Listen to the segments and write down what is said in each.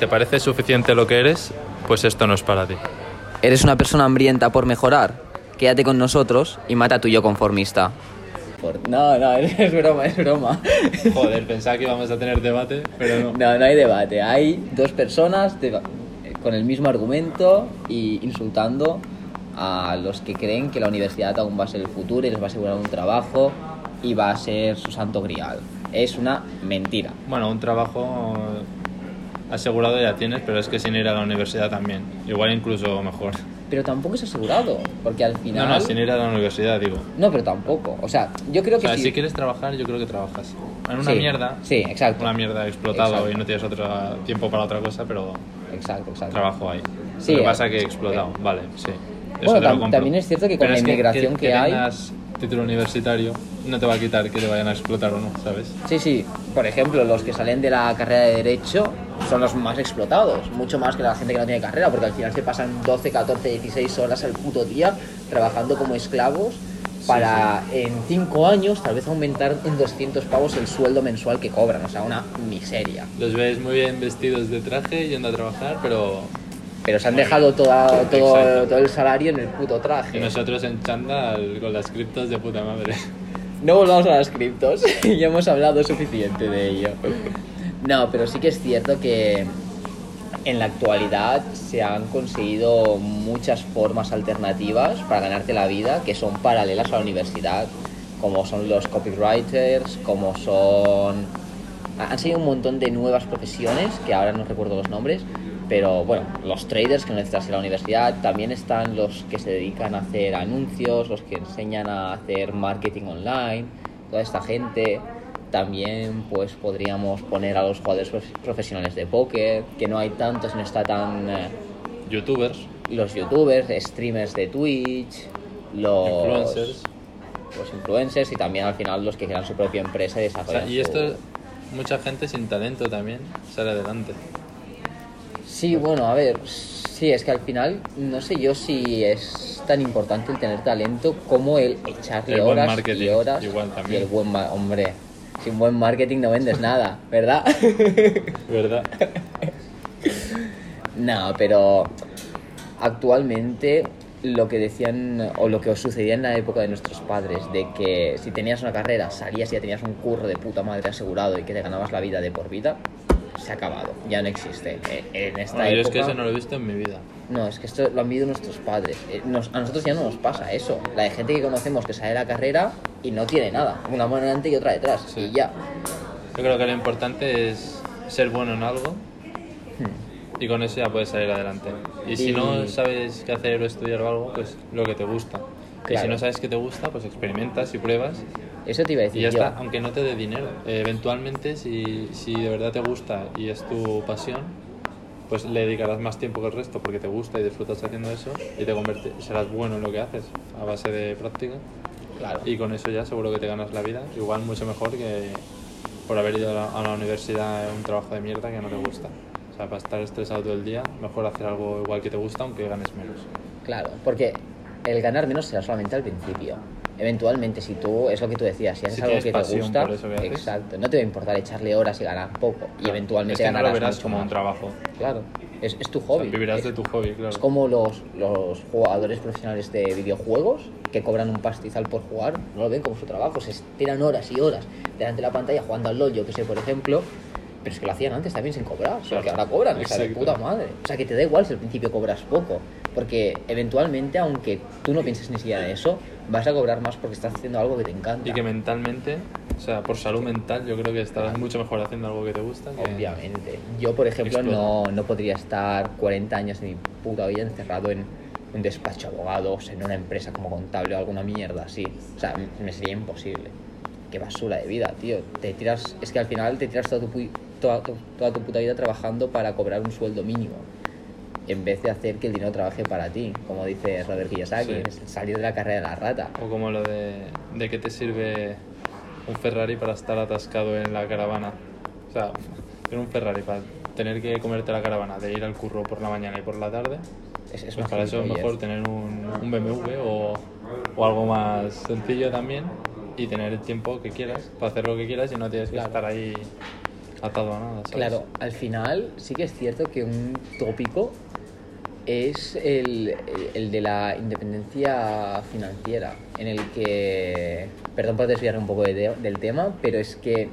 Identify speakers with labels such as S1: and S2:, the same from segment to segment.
S1: ¿Te parece suficiente lo que eres? Pues esto no es para ti.
S2: Eres una persona hambrienta por mejorar. Quédate con nosotros y mata a tu yo conformista. No, no, es broma, es broma.
S1: Joder, pensaba que íbamos a tener debate, pero no.
S2: No, no hay debate. Hay dos personas de- con el mismo argumento y insultando a los que creen que la universidad aún va a ser el futuro y les va a asegurar un trabajo y va a ser su santo grial. Es una mentira.
S1: Bueno, un trabajo asegurado ya tienes, pero es que sin ir a la universidad también. Igual incluso mejor.
S2: Pero tampoco es asegurado, porque al final...
S1: No, no, sin ir a la universidad, digo.
S2: No, pero tampoco. O sea, yo creo
S1: O
S2: que
S1: sea,
S2: sí.
S1: si quieres trabajar, yo creo que trabajas. En una
S2: Sí,
S1: mierda.
S2: Sí, exacto.
S1: Una mierda explotado
S2: Exacto.
S1: y no tienes otro tiempo para otra cosa, pero
S2: Exacto, exacto.
S1: trabajo ahí.
S2: Sí,
S1: lo que
S2: eh,
S1: pasa que
S2: sí.
S1: explotado, vale, sí.
S2: Bueno,
S1: Eso te lo
S2: tam-
S1: compro.
S2: también es cierto que con
S1: Pero
S2: la
S1: es
S2: inmigración que hay-
S1: tengas título universitario no te va a quitar que te vayan a explotar o no, ¿sabes?
S2: Sí, sí. Por ejemplo, los que salen de la carrera de Derecho son los más explotados, mucho más que la gente que no tiene carrera, porque al final se pasan 12, 14, 16 horas al puto día trabajando como esclavos para en 5 años tal vez aumentar en 200 pavos el sueldo mensual que cobran, o sea, una miseria.
S1: Los ves muy bien vestidos de traje yendo a trabajar, pero
S2: Pero se han dejado toda, todo,
S1: Exacto.
S2: todo el salario en el puto
S1: y
S2: traje.
S1: nosotros en chándal con las criptas de puta madre.
S2: No volvamos a las criptos, ya hemos hablado suficiente de ello. No, pero sí que es cierto que en la actualidad se han conseguido muchas formas alternativas para ganarte la vida que son paralelas a la universidad, como son los copywriters, como son... ha- Han sido un montón de nuevas profesiones, que ahora no recuerdo los nombres, pero bueno, los traders que no necesitas ir a la universidad, también están los que se dedican a hacer anuncios, los que enseñan a hacer marketing online, toda esta gente. También pues podríamos poner a los jugadores prof- profesionales de póker, que no hay tantos, no está tan... eh,
S1: Youtubers,
S2: los youtubers, streamers de Twitch, los...
S1: influencers.
S2: Los influencers y también al final los que crean su propia empresa y
S1: O sea,
S2: desarrollan
S1: y esto,
S2: su-
S1: mucha gente sin talento también sale adelante.
S2: Sí, bueno, a ver, sí, es que al final no sé yo si es tan importante el tener talento como el echarle
S1: El buen
S2: horas y
S1: marketing,
S2: horas
S1: igual
S2: y
S1: también.
S2: el buen ma- hombre, sin buen marketing no vendes nada, ¿verdad?
S1: ¿Verdad?
S2: no, pero actualmente lo que decían o lo que os sucedía en la época de nuestros padres de que si tenías una carrera salías y ya tenías un curro de puta madre asegurado y que te ganabas la vida de por vida se ha acabado ya no existe Eh, en esta
S1: Bueno, yo es
S2: época
S1: que eso no lo he visto en mi vida.
S2: No, es que esto lo han vivido nuestros padres. Eh, nos- a nosotros ya no nos pasa eso. La de gente que conocemos que sale de la carrera y no tiene nada. Una mano delante y otra detrás.
S1: Sí.
S2: Y ya.
S1: Yo creo que lo importante es ser bueno en algo y con eso ya puedes salir adelante. Y si
S2: Y-
S1: no sabes qué hacer o estudiar o algo, pues lo que te gusta. Y
S2: Claro.
S1: si no sabes qué te gusta, pues experimentas y pruebas
S2: Eso te iba a
S1: y
S2: decir
S1: ya
S2: yo.
S1: está, aunque no te dé dinero. Eh, eventualmente, si, si de verdad te gusta y es tu pasión, pues le dedicarás más tiempo que el resto porque te gusta y disfrutas haciendo eso y te convierte, serás bueno en lo que haces a base de práctica.
S2: Claro.
S1: Y con eso ya seguro que te ganas la vida, igual mucho mejor que por haber ido a la, a la universidad en un trabajo de mierda que no te gusta. O sea, para estar estresado todo el día, mejor hacer algo igual que te gusta, aunque ganes menos.
S2: Claro. Porque el ganar menos será solamente al principio. Eventualmente, si tú, es lo que tú decías, si haces
S1: Si
S2: algo
S1: tienes
S2: que te
S1: pasión
S2: gusta,
S1: por eso que haces.
S2: exacto, no te va a importar echarle horas y ganar poco. Y
S1: es
S2: eventualmente
S1: que no
S2: ganarás
S1: lo verás
S2: mucho
S1: como un
S2: más.
S1: trabajo.
S2: Claro, es, es tu
S1: O sea,
S2: hobby.
S1: vivirás
S2: Es-
S1: de tu hobby, claro.
S2: Es como los, los jugadores profesionales de videojuegos que cobran un pastizal por jugar, no lo ven como su trabajo, se tiran horas y horas delante de la pantalla jugando al LOL, yo que sé, por ejemplo, pero es que lo hacían antes también sin cobrar, solo que
S1: Claro.
S2: ahora cobran, o sea, de
S1: Exacto.
S2: puta madre. O sea, que te da igual si al principio cobras poco, porque eventualmente, aunque tú no pienses ni siquiera en eso, vas a cobrar más porque estás haciendo algo que te encanta.
S1: Y que mentalmente, o sea, por salud mental, yo creo que estarás mucho mejor haciendo algo que te gusta. que-
S2: Obviamente. Yo, por ejemplo, no, no podría estar 40 años de mi puta vida encerrado en un despacho de abogados, en una empresa como contable o alguna mierda así. O sea, m- me sería imposible. Qué basura de vida, tío. Te tiras, es que al final te tiras toda tu, pu- toda, tu- toda tu puta vida trabajando para cobrar un sueldo mínimo. En vez de hacer que el dinero trabaje para ti, como dice Robert Kiyosaki,
S1: Sí.
S2: es salir de la carrera de la rata.
S1: O como lo de, de que te sirve un Ferrari para estar atascado en la caravana. O sea, en un Ferrari para tener que comerte la caravana de ir al curro por la mañana y por la tarde.
S2: Es, es
S1: Pues
S2: una
S1: para eso es
S2: gilipollez.
S1: mejor tener un, un BMW o, o algo más sencillo también y tener el tiempo que quieras para hacer lo que quieras y no tienes que
S2: Claro.
S1: estar ahí atado a nada. ¿sabes?
S2: Claro, al final sí que es cierto que un tópico es el, el de la independencia financiera, en el que, perdón por desviarme un poco de- de- del tema, pero es que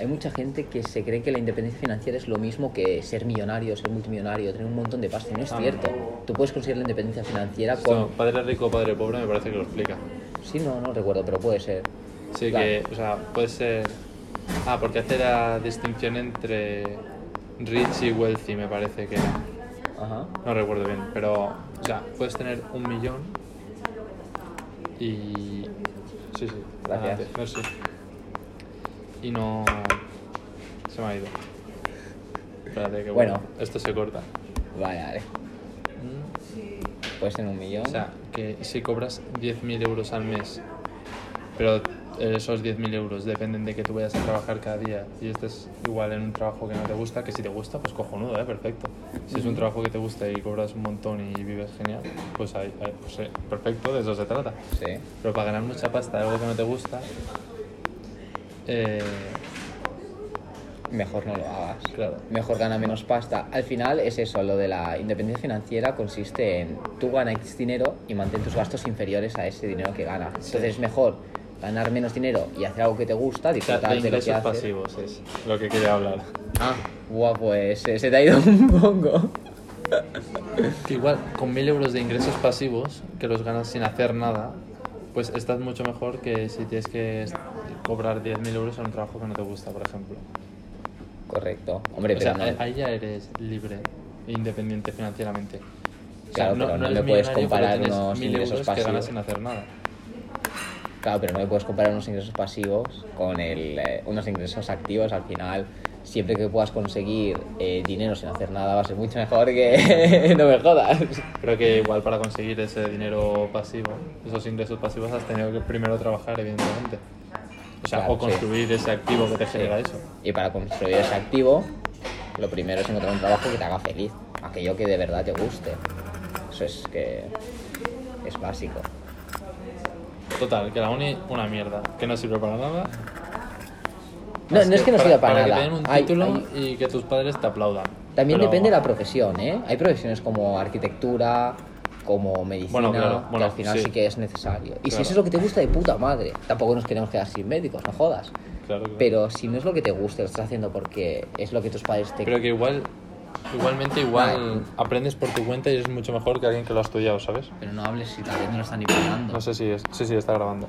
S2: hay mucha gente que se cree que la independencia financiera es lo mismo que ser millonario, ser multimillonario, tener un montón de pasta, y no es
S1: Ah, no.
S2: cierto. Tú puedes conseguir la independencia financiera con...
S1: Esto, padre rico, padre pobre, me parece que lo explica.
S2: Sí, no, no recuerdo, pero puede ser.
S1: Sí,
S2: Claro.
S1: que, o sea, puede ser. Ah, porque hace la distinción entre rich y wealthy, me parece que era.
S2: Ajá.
S1: No recuerdo bien, pero, o sea, puedes tener un millón y. Sí, sí.
S2: Gracias.
S1: adelante, Merci. Y no. Se me ha ido. Espérate, que
S2: Bueno.
S1: Esto se corta.
S2: Vale, vale. Puedes tener un millón.
S1: O sea, que si cobras 10.000 euros al mes, pero esos 10.000 euros dependen de que tú vayas a trabajar cada día y estés igual en un trabajo que no te gusta, que si te gusta, pues cojonudo, ¿eh? perfecto. Si es un trabajo que te gusta y cobras un montón y vives genial, pues, ahí, ahí, pues, eh, perfecto, de eso se trata.
S2: Sí.
S1: Pero para ganar mucha pasta de algo que no te gusta, eh,
S2: Mejor no lo hagas.
S1: Claro.
S2: Mejor gana menos pasta. Al final es eso, lo de la independencia financiera consiste en tú gana X dinero y mantén tus gastos inferiores a ese dinero que ganas. Entonces es mejor ganar menos dinero y hacer algo que te gusta,
S1: o sea,
S2: disfrutar
S1: de
S2: de lo que
S1: ingresos
S2: haces.
S1: pasivos es lo que quería hablar.
S2: Ah, guau, pues eh, se te ha ido un poco.
S1: Que igual con 1.000 euros de ingresos pasivos, que los ganas sin hacer nada, pues estás mucho mejor que si tienes que est- cobrar 10.000 euros en un trabajo que no te gusta, por ejemplo.
S2: Correcto. Hombre,
S1: o sea,
S2: pero no.
S1: eh, ahí ya eres libre e independiente financieramente.
S2: Claro, pero no
S1: eres
S2: le puedes
S1: millonario, pero
S2: comparar
S1: tienes
S2: unos
S1: 1.000
S2: ingresos
S1: euros que ganas
S2: pasivos.
S1: sin hacer nada.
S2: Claro, pero no le puedes comparar unos ingresos pasivos con el, eh, unos ingresos activos. Al final, siempre que puedas conseguir eh, dinero sin hacer nada, va a ser mucho mejor que no me jodas.
S1: Creo que igual para conseguir ese dinero pasivo, esos ingresos pasivos, has tenido que primero trabajar, evidentemente. O sea,
S2: Claro,
S1: o
S2: sí.
S1: construir ese activo que te genera eso.
S2: Y para construir ese activo, lo primero es encontrar un trabajo que te haga feliz, aquello que de verdad te guste. Eso es que es básico.
S1: Total, que la uni, una mierda, que no sirve para nada.
S2: No,
S1: Más
S2: no es que no
S1: para-
S2: sirva para,
S1: que
S2: nada.
S1: te den un
S2: Hay-
S1: título
S2: hay-
S1: y que tus padres te aplaudan.
S2: También
S1: Pero-
S2: depende de la profesión, ¿eh? Hay profesiones como arquitectura, como medicina,
S1: Bueno, claro, bueno,
S2: que al final
S1: sí.
S2: sí, que es necesario. Y si
S1: Claro.
S2: eso es lo que te gusta, de puta madre. Tampoco nos queremos quedar sin médicos, no jodas.
S1: Claro, claro.
S2: Pero si no es lo que te gusta, lo estás haciendo porque es lo que tus padres te...
S1: Pero que igual, igualmente igual aprendes por tu cuenta y es mucho mejor que alguien que lo ha estudiado, ¿sabes?
S2: Pero no hables si también no lo están invitando.
S1: No sé si es, sí, sí, está grabando.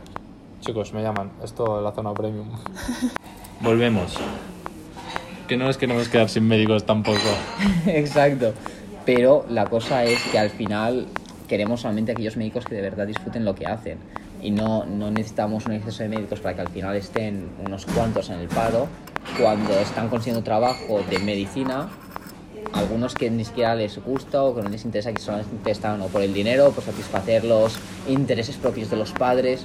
S1: Chicos, me llaman. Esto es la zona premium. Volvemos. Que no es que no nos quedar sin médicos tampoco.
S2: Exacto. Pero la cosa es que al final queremos solamente aquellos médicos que de verdad disfruten lo que hacen. Y no, no necesitamos un exceso de médicos para que al final estén unos cuantos en el paro cuando están consiguiendo trabajo de medicina. Algunos que ni siquiera les gusta o que no les interesa, que solamente están o por el dinero, por satisfacer los intereses propios de los padres.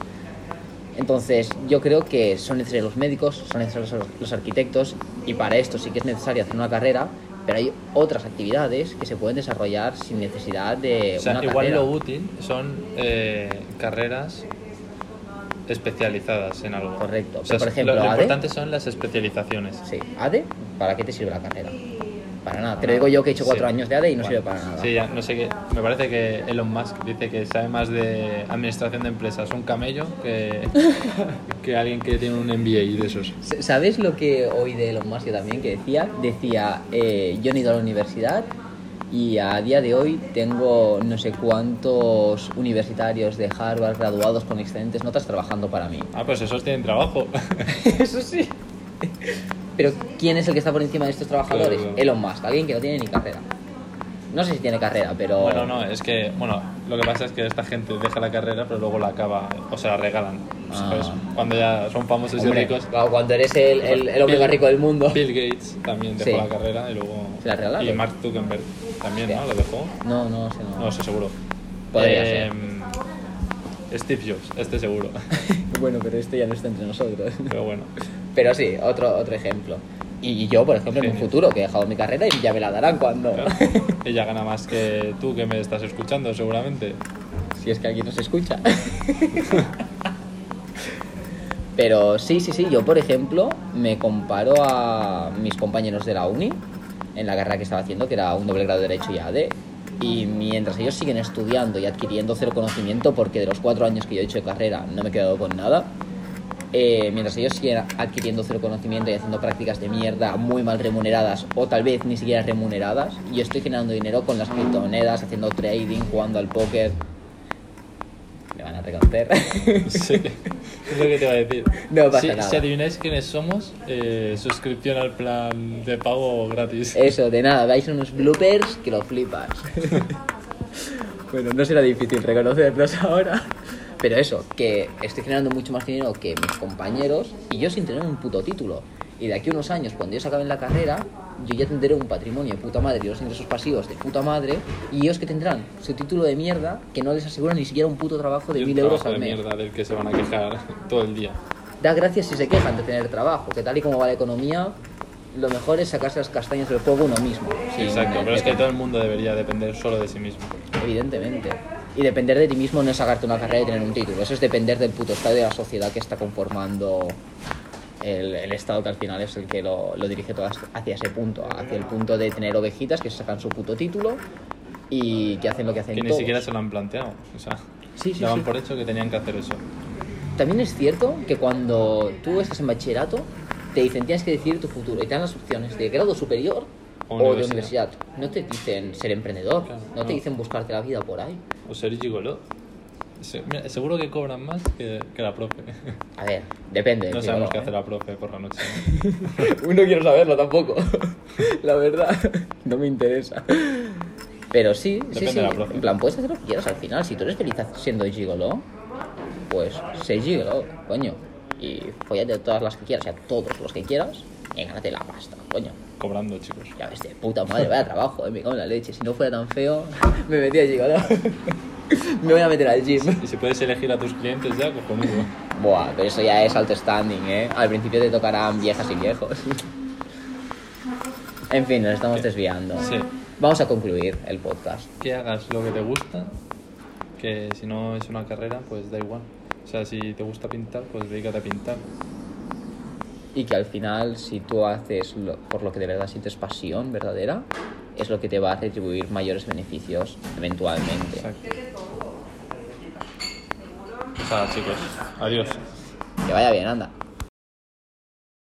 S2: Entonces, yo creo que son necesarios los médicos, son necesarios los- los arquitectos, y para esto sí que es necesario hacer una carrera, pero hay otras actividades que se pueden desarrollar sin necesidad de
S1: O sea,
S2: una
S1: igual
S2: carrera.
S1: lo útil son eh, carreras especializadas en algo.
S2: Correcto.
S1: O sea,
S2: Por
S1: es-
S2: ejemplo,
S1: lo, lo
S2: AD.
S1: importante son las especializaciones.
S2: Sí. ¿ADE? ¿Para qué te sirve la carrera? Para nada. Te lo digo yo que he hecho cuatro
S1: Sí.
S2: años de ADE y no
S1: Bueno,
S2: sirve para nada.
S1: Sí, ya, no sé qué. Me parece que Elon Musk dice que sabe más de administración de empresas un camello que, que alguien que tiene un MBA de esos.
S2: S- ¿Sabes lo que oí de Elon Musk yo también que decía? Decía, eh, yo no he ido a la universidad y a día de hoy tengo no sé cuántos universitarios de Harvard graduados con excelentes notas trabajando para mí.
S1: Ah, pues esos tienen trabajo.
S2: Eso sí. Pero ¿quién es el que está por encima de estos trabajadores?
S1: Claro, claro.
S2: Elon Musk, alguien que no tiene ni carrera. No sé si tiene carrera, pero...
S1: Bueno, no, es que, bueno, lo que pasa es que esta gente deja la carrera, pero luego la acaba, o se la regalan. ¿sabes?
S2: Ah.
S1: Cuando ya son famosos
S2: Hombre,
S1: y ricos.
S2: claro, cuando eres el, el- el hombre
S1: Bill-
S2: más rico del mundo.
S1: Bill Gates también dejó
S2: Sí.
S1: la carrera y luego.
S2: ¿Se la regalaron?
S1: Y Mark Zuckerberg también,
S2: Hostia.
S1: ¿no? Lo dejó.
S2: No, no, ese
S1: No lo sé seguro.
S2: Podría
S1: ser. Steve Jobs, este seguro.
S2: Bueno, pero este ya no está entre nosotros.
S1: Pero bueno.
S2: Pero sí, otro, otro ejemplo. Y yo, por ejemplo, en un
S1: Genio.
S2: futuro, que he dejado mi carrera y ya me la darán cuando...
S1: Claro. Ella gana más que tú que me estás escuchando, seguramente.
S2: si es que alguien nos escucha. Pero sí, sí, sí, yo por ejemplo me comparo a mis compañeros de la uni en la carrera que estaba haciendo, que era un doble grado de Derecho y ADE, y mientras ellos siguen estudiando y adquiriendo cero conocimiento, porque de los cuatro años que yo he hecho de carrera no me he quedado con nada, eh, mientras ellos siguen adquiriendo cero conocimiento y haciendo prácticas de mierda muy mal remuneradas o tal vez ni siquiera remuneradas, yo estoy generando dinero con las criptomonedas, haciendo trading, jugando al póker. Me van a reconocer.
S1: Sí, es lo que te iba a decir.
S2: No pasa
S1: si,
S2: nada.
S1: si adivináis quiénes somos, eh, suscripción al plan de pago gratis.
S2: Eso, de nada, veis unos bloopers que lo flipas. bueno, no será difícil reconocerlos ahora. Pero eso, que estoy generando mucho más dinero que mis compañeros y yo sin tener un puto título. Y de aquí a unos años, cuando ellos acaben la carrera, yo ya tendré un patrimonio de puta madre y unos ingresos pasivos de puta madre. Y ellos que tendrán su título de mierda que no les asegura ni siquiera un puto trabajo de
S1: Y un
S2: mil euros
S1: trabajo
S2: al
S1: de
S2: mes.
S1: mierda del que se van a quejar todo el día.
S2: Da gracias si se quejan de tener trabajo, que tal y como va la economía, lo mejor es sacarse las castañas del fuego uno mismo. sin
S1: Exacto, pero es que
S2: depender-
S1: todo el mundo debería depender solo de sí mismo.
S2: Evidentemente. Y depender de ti mismo no es sacarte una carrera y tener un título. Eso es depender del puto estado y de la sociedad que está conformando el, el estado que al final es el que lo, lo dirige todo hacia ese punto. Hacia el punto de tener ovejitas que se sacan su puto título y que hacen lo que hacen
S1: Que ni
S2: todos.
S1: siquiera se lo han planteado. O sea,
S2: Sí, sí,
S1: daban
S2: sí.
S1: por hecho que tenían que hacer eso.
S2: También es cierto que cuando tú estás en bachillerato te dicen tienes que decidir tu futuro y te dan las opciones de grado superior
S1: O
S2: o, de
S1: universidad.
S2: universidad. No te dicen ser emprendedor,
S1: Claro,
S2: no te
S1: no.
S2: dicen buscarte la vida por ahí.
S1: O ser gigoló. Se- mira, seguro que cobran más que, que la profe.
S2: A ver, depende.
S1: No
S2: del
S1: sabemos
S2: psicólogo,
S1: qué
S2: ¿eh?
S1: hace la profe por la noche. ¿eh?
S2: Uno quiero saberlo tampoco. La verdad, no me interesa. Pero sí, sí,
S1: Depende
S2: sí.
S1: de la profe.
S2: En plan, puedes hacer lo que quieras al final. Si tú eres feliz siendo gigolo, pues sé gigolo, coño. Y follate a todas las que quieras, y a todos los que quieras, y gánate la pasta, coño.
S1: Cobrando, chicos.
S2: Ya ves, de puta madre, vaya trabajo, eh, me cago en la leche. Si no fuera tan feo, me metía gigolo. Me voy a meter al gym.
S1: Y si puedes elegir a tus clientes ya, pues conmigo.
S2: Buah, pero eso ya es alto standing, ¿eh? Al principio te tocarán viejas y viejos. en fin, nos estamos desviando.
S1: Sí.
S2: Vamos a concluir el podcast.
S1: Que hagas lo que te gusta, que si no es una carrera, pues da igual. O sea, si te gusta pintar, pues dedícate a pintar.
S2: Y que al final, si tú haces lo- por lo que de verdad sientes pasión verdadera, es lo que te va a retribuir mayores beneficios eventualmente.
S1: Exacto. O sea, chicos, adiós.
S2: Que vaya bien, anda.